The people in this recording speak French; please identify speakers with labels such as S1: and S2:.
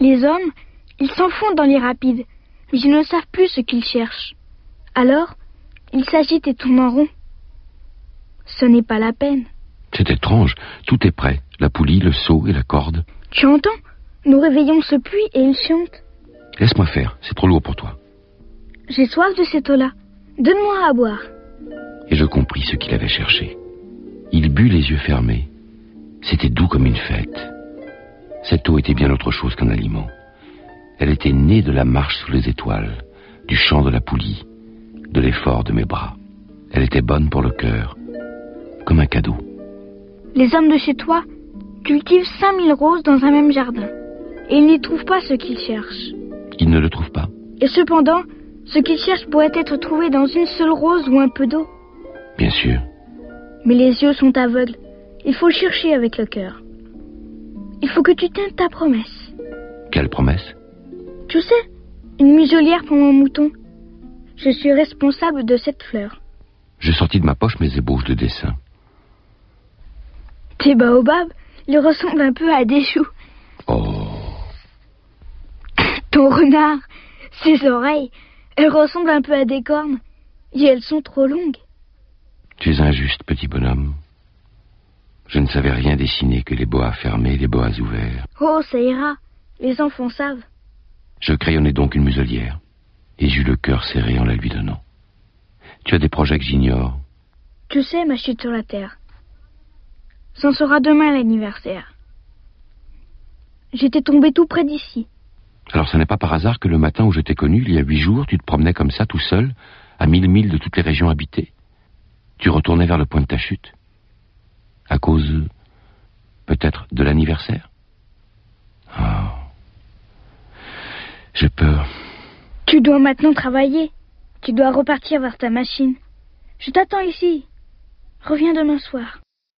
S1: Les hommes, ils s'enfoncent dans les rapides, mais ils ne savent plus ce qu'ils cherchent. Alors, ils s'agitent et tournent en rond. Ce n'est pas la peine.
S2: C'est étrange, tout est prêt, la poulie, le seau et la corde.
S1: Tu entends Nous réveillons ce puits et il chante.
S2: Laisse-moi faire, c'est trop lourd pour toi.
S1: J'ai soif de cette eau-là. Donne-moi à boire.
S2: Et je compris ce qu'il avait cherché. Il but les yeux fermés. C'était doux comme une fête. Cette eau était bien autre chose qu'un aliment. Elle était née de la marche sous les étoiles, du chant de la poulie, de l'effort de mes bras. Elle était bonne pour le cœur, comme un cadeau.
S1: Les hommes de chez toi cultivent 5000 roses dans un même jardin. Et ils n'y trouvent pas ce qu'ils cherchent.
S2: Ils ne le trouvent pas.
S1: Et cependant, ce qu'ils cherchent pourrait être trouvé dans une seule rose ou un peu d'eau.
S2: Bien sûr.
S1: Mais les yeux sont aveugles. Il faut chercher avec le cœur. Il faut que tu tiennes ta promesse.
S2: Quelle promesse
S1: Tu sais, une muselière pour mon mouton. Je suis responsable de cette fleur.
S2: Je sortis de ma poche mes ébauches de dessin.
S1: Tes baobabs, ils ressemblent un peu à des choux.
S2: Oh,
S1: Ton renard, ses oreilles, elles ressemblent un peu à des cornes. Et elles sont trop longues.
S2: tu es injuste, petit bonhomme. Je ne savais rien dessiner que les boas fermés, les boas ouverts.
S1: Oh, ça ira. Les enfants savent.
S2: Je crayonnai donc une muselière, et j'eus le cœur serré en la lui donnant. Tu as des projets que j'ignore.
S1: Tu sais, ma chute sur la terre. C'en sera demain l'anniversaire. J'étais tombée tout près d'ici.
S2: Alors ce n'est pas par hasard que le matin où je t'ai connu, il y a huit jours, tu te promenais comme ça tout seul, à mille milles de toutes les régions habitées. Tu retournais vers le point de ta chute. À cause, peut-être, de l'anniversaire Ah. J'ai peur.
S1: Tu dois maintenant travailler. Tu dois repartir vers ta machine. Je t'attends ici. Reviens demain soir.